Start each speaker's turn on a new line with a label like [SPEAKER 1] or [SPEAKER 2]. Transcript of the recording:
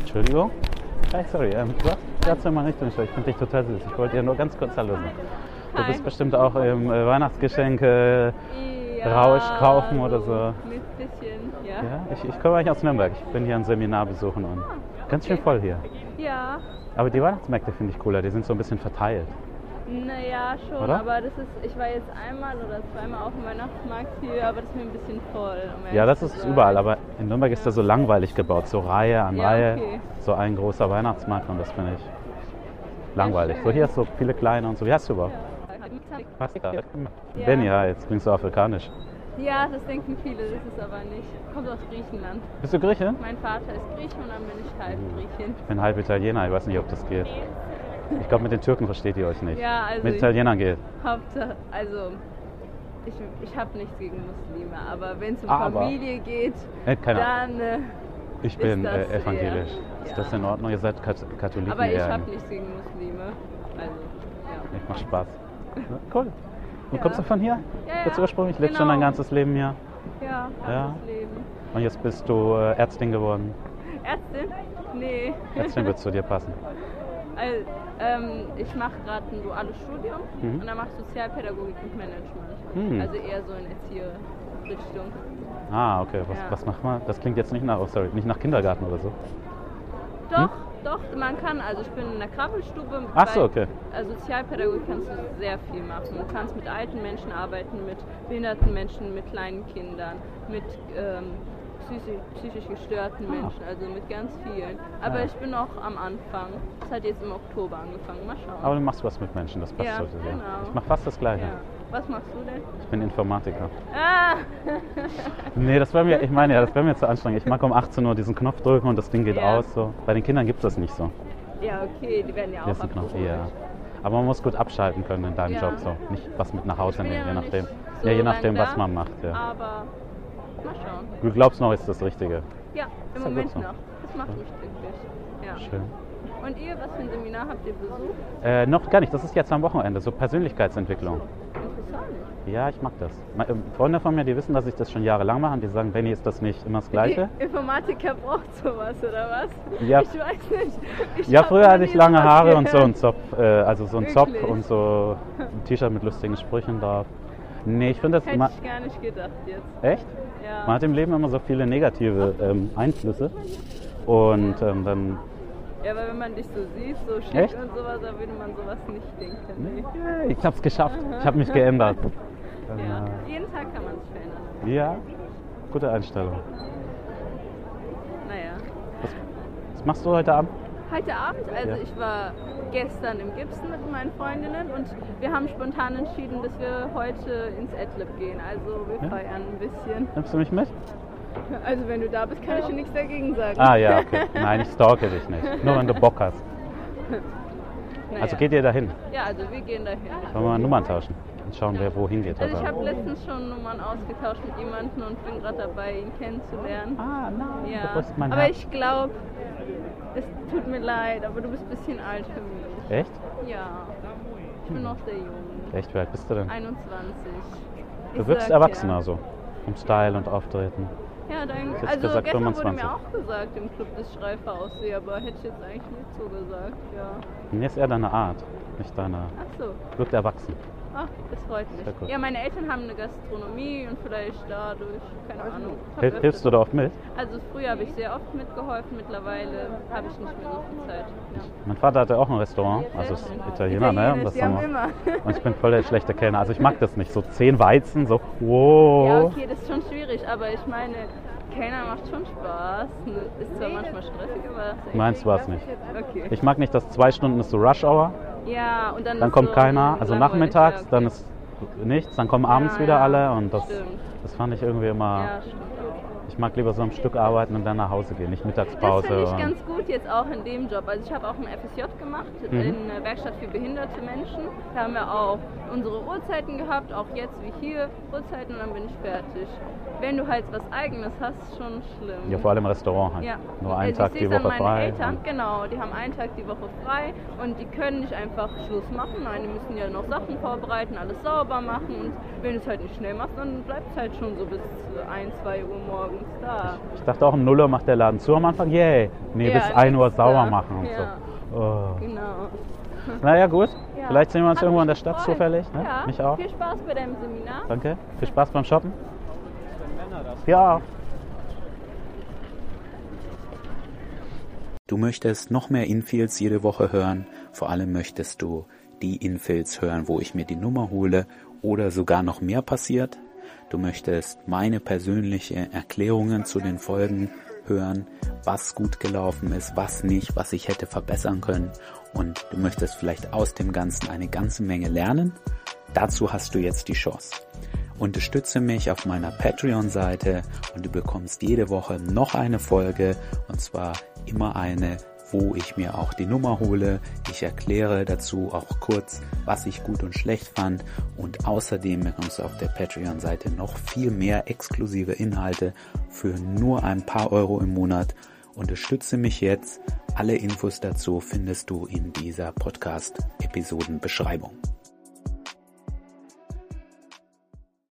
[SPEAKER 1] Entschuldigung. Hi, sorry. Ähm, du hast gerade zu meiner Richtung geschaut. Ich finde dich total süß. Ich wollte dir nur ganz kurz Hallo sagen. Du
[SPEAKER 2] Hi.
[SPEAKER 1] bist bestimmt auch im äh, Weihnachtsgeschenke. äh, Rausch kaufen oder so.
[SPEAKER 2] Ein bisschen, ja.
[SPEAKER 1] Ja, ich, ich komme eigentlich aus Nürnberg. Ich bin hier ein Seminar besuchen und
[SPEAKER 2] Ah,
[SPEAKER 1] ganz schön voll hier.
[SPEAKER 2] Ja,
[SPEAKER 1] Aber die Weihnachtsmärkte finde ich cooler. Die sind so ein bisschen verteilt.
[SPEAKER 2] naja, schon.
[SPEAKER 1] Oder?
[SPEAKER 2] Aber das ist, ich war jetzt einmal oder zweimal auf dem Weihnachtsmarkt hier, aber das ist mir ein bisschen voll. um ehrlich
[SPEAKER 1] Ja, das
[SPEAKER 2] zu
[SPEAKER 1] ist
[SPEAKER 2] sein.
[SPEAKER 1] überall. Aber in Nürnberg ist das so langweilig gebaut. So Reihe an
[SPEAKER 2] Ja,
[SPEAKER 1] Reihe.
[SPEAKER 2] okay.
[SPEAKER 1] So ein großer Weihnachtsmarkt und das finde ich langweilig. So hier ist so viele kleine und so. Wie heißt du überhaupt?
[SPEAKER 2] Ja.
[SPEAKER 1] Benja, jetzt klingst du afrikanisch.
[SPEAKER 2] Ja, das denken viele, das ist aber nicht. Kommt aus Griechenland.
[SPEAKER 1] Bist du Grieche?
[SPEAKER 2] Mein Vater ist Grieche und dann bin ich halb
[SPEAKER 1] Mhm.
[SPEAKER 2] Griechin.
[SPEAKER 1] Ich bin halb Italiener, ich weiß nicht, ob das geht. Ich glaube, mit den Türken versteht ihr euch nicht.
[SPEAKER 2] Ja, also
[SPEAKER 1] mit
[SPEAKER 2] ich-
[SPEAKER 1] Italienern geht.
[SPEAKER 2] Hauptsache, also ich, ich habe nichts gegen Muslime, aber wenn es um
[SPEAKER 1] Aber-
[SPEAKER 2] Familie geht,
[SPEAKER 1] Äh, keine Ahnung.
[SPEAKER 2] dann. Äh,
[SPEAKER 1] Ich bin
[SPEAKER 2] das
[SPEAKER 1] äh, evangelisch.
[SPEAKER 2] eher-
[SPEAKER 1] Ist
[SPEAKER 2] ja.
[SPEAKER 1] das in Ordnung? Ihr seid Kat Katholiken.
[SPEAKER 2] aber ich
[SPEAKER 1] eher.
[SPEAKER 2] habe nichts gegen Muslime. Also, ja.
[SPEAKER 1] Ich mach Spaß. Cool. Und
[SPEAKER 2] Ja.
[SPEAKER 1] kommst du von hier?
[SPEAKER 2] Ja, ja.
[SPEAKER 1] Jetzt ursprünglich? Lebst schon
[SPEAKER 2] Genau.
[SPEAKER 1] dein ganzes Leben hier?
[SPEAKER 2] Ja,
[SPEAKER 1] Ja.
[SPEAKER 2] hartes Leben.
[SPEAKER 1] Und jetzt bist du äh, Ärztin geworden.
[SPEAKER 2] Ärztin? Nee.
[SPEAKER 1] Ärztin wird zu dir passen.
[SPEAKER 2] Also, ähm, ich mache gerade ein duales Studium
[SPEAKER 1] Mhm.
[SPEAKER 2] und dann mache ich Sozialpädagogik und Management.
[SPEAKER 1] Mhm.
[SPEAKER 2] Also eher so in Erzieherrichtung.
[SPEAKER 1] Ah, okay. Was,
[SPEAKER 2] Ja.
[SPEAKER 1] was macht man? Das klingt jetzt nicht nach, oh, sorry, nicht nach Kindergarten oder so.
[SPEAKER 2] Doch, doch, man kann. Also ich bin in der Krabbelstube.
[SPEAKER 1] Hm? Ach so,
[SPEAKER 2] weil,
[SPEAKER 1] okay.
[SPEAKER 2] äh, Sozialpädagogik kannst du sehr viel machen. Du kannst mit alten Menschen arbeiten, mit behinderten Menschen, mit kleinen Kindern, mit ähm, psychisch, psychisch gestörten
[SPEAKER 1] Ah.
[SPEAKER 2] Menschen, also mit ganz vielen. Aber
[SPEAKER 1] Ja.
[SPEAKER 2] ich bin noch am Anfang. Das hat jetzt im Oktober angefangen. Mal schauen.
[SPEAKER 1] Aber du machst was mit Menschen, das passt
[SPEAKER 2] Ja,
[SPEAKER 1] so zu dir.
[SPEAKER 2] genau.
[SPEAKER 1] Ich mach fast das Gleiche.
[SPEAKER 2] ja. Was machst du denn?
[SPEAKER 1] Ich bin Informatiker.
[SPEAKER 2] Ah!
[SPEAKER 1] Nee, das wäre mir, ich meine ja, das wäre mir zu anstrengend. Ich mag um 18 Uhr diesen Knopf drücken und das Ding geht
[SPEAKER 2] Ja.
[SPEAKER 1] aus. So. Bei den Kindern gibt es das nicht so.
[SPEAKER 2] Ja, okay, die werden ja auch
[SPEAKER 1] Diesen Knopf,
[SPEAKER 2] abgeholt.
[SPEAKER 1] ja. Aber man muss gut abschalten können in deinem
[SPEAKER 2] Ja.
[SPEAKER 1] Job so. Nicht was mit nach Hause
[SPEAKER 2] Ich bin
[SPEAKER 1] nehmen, je
[SPEAKER 2] ja noch
[SPEAKER 1] nachdem.
[SPEAKER 2] nicht so
[SPEAKER 1] ja, je nachdem, was
[SPEAKER 2] lange da, Ah.
[SPEAKER 1] man macht. Ja.
[SPEAKER 2] Aber mal schauen.
[SPEAKER 1] Du glaubst noch, ist das Richtige. ja
[SPEAKER 2] Ja, im
[SPEAKER 1] gut
[SPEAKER 2] Moment
[SPEAKER 1] so.
[SPEAKER 2] noch. Das macht mich glücklich. Ja.
[SPEAKER 1] Schön.
[SPEAKER 2] Und ihr, was für ein Seminar habt ihr besucht?
[SPEAKER 1] Äh, noch gar nicht, das ist jetzt am Wochenende, so Persönlichkeitsentwicklung.
[SPEAKER 2] Interessant.
[SPEAKER 1] Ja, ich mag das. Me- ähm, Freunde von mir, die wissen, dass ich das schon jahrelang mache und die sagen, Benny, ist das nicht immer das Gleiche?
[SPEAKER 2] Die Informatiker braucht sowas, oder was?
[SPEAKER 1] Ja.
[SPEAKER 2] Ich weiß nicht. Ich
[SPEAKER 1] Ja,
[SPEAKER 2] hab
[SPEAKER 1] früher
[SPEAKER 2] noch
[SPEAKER 1] hatte ich
[SPEAKER 2] nie
[SPEAKER 1] lange
[SPEAKER 2] sowas
[SPEAKER 1] Haare und so einen
[SPEAKER 2] gehört.
[SPEAKER 1] Zopf, äh, also so einen Zopf
[SPEAKER 2] Wirklich?
[SPEAKER 1] und so ein T-Shirt mit lustigen Sprüchen drauf. Nee, ich finde das immer...
[SPEAKER 2] Hätte ich gar nicht gedacht jetzt.
[SPEAKER 1] Echt?
[SPEAKER 2] Ja.
[SPEAKER 1] Man hat im Leben immer so viele negative ähm, Einflüsse und ähm, dann...
[SPEAKER 2] ja, aber wenn man dich so sieht, so schick
[SPEAKER 1] Echt?
[SPEAKER 2] und sowas, da würde man sowas nicht denken. Nee.
[SPEAKER 1] Yeah, ich hab's geschafft, ich habe mich geändert. Äh,
[SPEAKER 2] Ja. Jeden Tag kann man sich verändern.
[SPEAKER 1] Ja, gute Einstellung.
[SPEAKER 2] Naja.
[SPEAKER 1] Was machst du heute Abend?
[SPEAKER 2] Heute Abend, also
[SPEAKER 1] Ja.
[SPEAKER 2] ich war gestern im Gibson mit meinen Freundinnen und wir haben spontan entschieden, dass wir heute ins Adlib gehen. Also
[SPEAKER 1] Ja.
[SPEAKER 2] wir feiern ein bisschen.
[SPEAKER 1] Nimmst du mich mit?
[SPEAKER 2] Also wenn du da bist, kann ich dir nichts dagegen sagen.
[SPEAKER 1] Ah ja, okay. Nein, ich stalke dich nicht. Nur wenn du Bock hast.
[SPEAKER 2] Naja.
[SPEAKER 1] Also geht ihr dahin.
[SPEAKER 2] Ja, also wir gehen dahin.
[SPEAKER 1] Wollen wir mal Nummern tauschen und schauen, wer wohin geht
[SPEAKER 2] Also
[SPEAKER 1] heute
[SPEAKER 2] ich habe
[SPEAKER 1] Abend.
[SPEAKER 2] letztens schon Nummern ausgetauscht mit jemandem und bin gerade dabei, ihn kennenzulernen.
[SPEAKER 1] Ah, nein.
[SPEAKER 2] Ja,
[SPEAKER 1] Du brichst mein
[SPEAKER 2] aber
[SPEAKER 1] Herz.
[SPEAKER 2] ich glaube, es tut mir leid, aber du bist ein bisschen alt für mich.
[SPEAKER 1] Echt?
[SPEAKER 2] Ja, ich bin noch sehr jung.
[SPEAKER 1] Echt, wie alt bist du denn?
[SPEAKER 2] 21.
[SPEAKER 1] Du
[SPEAKER 2] Ich
[SPEAKER 1] wirkst
[SPEAKER 2] sag
[SPEAKER 1] erwachsen
[SPEAKER 2] ja.
[SPEAKER 1] also. Vom Style und Auftreten.
[SPEAKER 2] Ja, dann,
[SPEAKER 1] Jetzt
[SPEAKER 2] also
[SPEAKER 1] gesagt
[SPEAKER 2] gestern wurde
[SPEAKER 1] 25.
[SPEAKER 2] mir auch gesagt im Club, dass ich reifer aussehe, aber hätte ich jetzt eigentlich nicht so gesagt, ja.
[SPEAKER 1] Mir ist eher deine Art, nicht deine.
[SPEAKER 2] Ach so,
[SPEAKER 1] Wirkt erwachsen.
[SPEAKER 2] ach, Ah, das freut
[SPEAKER 1] Sehr
[SPEAKER 2] mich.
[SPEAKER 1] gut.
[SPEAKER 2] Ja, meine Eltern haben eine Gastronomie und vielleicht dadurch, keine Ahnung. hab
[SPEAKER 1] Hilf,
[SPEAKER 2] öfter-
[SPEAKER 1] hilfst du da oft mit?
[SPEAKER 2] Also früher habe ich sehr oft mitgeholfen, mittlerweile habe ich nicht mehr so viel Zeit. Ja.
[SPEAKER 1] Mein Vater hatte auch ein Restaurant, also ist Italiener, ne? Und
[SPEAKER 2] Italienisch,
[SPEAKER 1] das
[SPEAKER 2] die
[SPEAKER 1] haben
[SPEAKER 2] haben
[SPEAKER 1] wir.
[SPEAKER 2] immer.
[SPEAKER 1] Und ich bin voll der schlechte Kellner. Also ich mag das nicht. So zehn Weizen, so wow.
[SPEAKER 2] Ja, okay, das ist schon schwierig, aber ich meine, Kellner macht schon Spaß. Ist zwar manchmal stressig, aber...
[SPEAKER 1] Meins war es nicht.
[SPEAKER 2] Okay.
[SPEAKER 1] Ich mag nicht, dass zwei Stunden ist so Rush Hour,
[SPEAKER 2] Ja, und dann
[SPEAKER 1] dann
[SPEAKER 2] ist
[SPEAKER 1] kommt
[SPEAKER 2] so
[SPEAKER 1] keiner, also
[SPEAKER 2] langweilig,
[SPEAKER 1] nachmittags,
[SPEAKER 2] ja, okay.
[SPEAKER 1] dann ist nichts, dann kommen abends
[SPEAKER 2] Ja,
[SPEAKER 1] wieder
[SPEAKER 2] ja,
[SPEAKER 1] alle und das,
[SPEAKER 2] stimmt.
[SPEAKER 1] das fand ich irgendwie immer.
[SPEAKER 2] Ja, stimmt auch.
[SPEAKER 1] Ich mag lieber so am Stück arbeiten und dann nach Hause gehen, nicht
[SPEAKER 2] Das
[SPEAKER 1] Mittagspause.
[SPEAKER 2] finde ich
[SPEAKER 1] und-
[SPEAKER 2] ganz gut jetzt auch in dem Job. Also ich habe auch ein FSJ gemacht
[SPEAKER 1] Mhm.
[SPEAKER 2] in der Werkstatt für behinderte Menschen. Da haben wir auch unsere Uhrzeiten gehabt, auch jetzt wie hier Uhrzeiten und dann bin ich fertig. Wenn du halt was eigenes hast, schon schlimm.
[SPEAKER 1] ja, vor allem im Restaurant halt.
[SPEAKER 2] Ja.
[SPEAKER 1] Nur einen
[SPEAKER 2] also
[SPEAKER 1] Tag
[SPEAKER 2] ich
[SPEAKER 1] die
[SPEAKER 2] seh's
[SPEAKER 1] Woche
[SPEAKER 2] an meine
[SPEAKER 1] frei. ne?
[SPEAKER 2] Eltern,
[SPEAKER 1] und-
[SPEAKER 2] genau, die haben einen Tag die Woche frei und die können nicht einfach Schluss machen. Nein, die müssen ja noch Sachen vorbereiten, alles sauber machen und wenn du es halt nicht schnell machst, dann bleibt es halt schon so bis 1, 2 Uhr morgens. nirgends da.
[SPEAKER 1] Ich dachte auch, um 0 Uhr macht der Laden zu am Anfang. Yay. Nee,
[SPEAKER 2] Ja,
[SPEAKER 1] bis 1 Uhr
[SPEAKER 2] nix da.
[SPEAKER 1] sauber machen und
[SPEAKER 2] Ja.
[SPEAKER 1] so. Oh.
[SPEAKER 2] Genau.
[SPEAKER 1] Naja, gut.
[SPEAKER 2] Ja.
[SPEAKER 1] Vielleicht sehen wir uns
[SPEAKER 2] Hat
[SPEAKER 1] irgendwo in der
[SPEAKER 2] mich
[SPEAKER 1] Stadt
[SPEAKER 2] gefreut.
[SPEAKER 1] zufällig. Ne?
[SPEAKER 2] Ja.
[SPEAKER 1] Mich auch.
[SPEAKER 2] Viel Spaß bei deinem Seminar.
[SPEAKER 1] Danke. Viel Spaß beim Shoppen. Ja.
[SPEAKER 3] Du möchtest noch mehr Infills jede Woche hören, vor allem möchtest du die Infills hören, wo ich mir die Nummer hole oder sogar noch mehr passiert. Du möchtest meine persönliche Erklärungen zu den Folgen hören, was gut gelaufen ist, was nicht, was ich hätte verbessern können und du möchtest vielleicht aus dem Ganzen eine ganze Menge lernen. Dazu hast du jetzt die Chance. Unterstütze mich auf meiner Patreon-Seite und du bekommst jede Woche noch eine Folge und zwar immer eine, wo ich mir auch die Nummer hole. Ich erkläre dazu auch kurz, was ich gut und schlecht fand und außerdem bekommst du auf der Patreon-Seite noch viel mehr exklusive Inhalte für nur ein paar Euro im Monat. Unterstütze mich jetzt. Alle Infos dazu findest du in dieser Podcast-Episodenbeschreibung.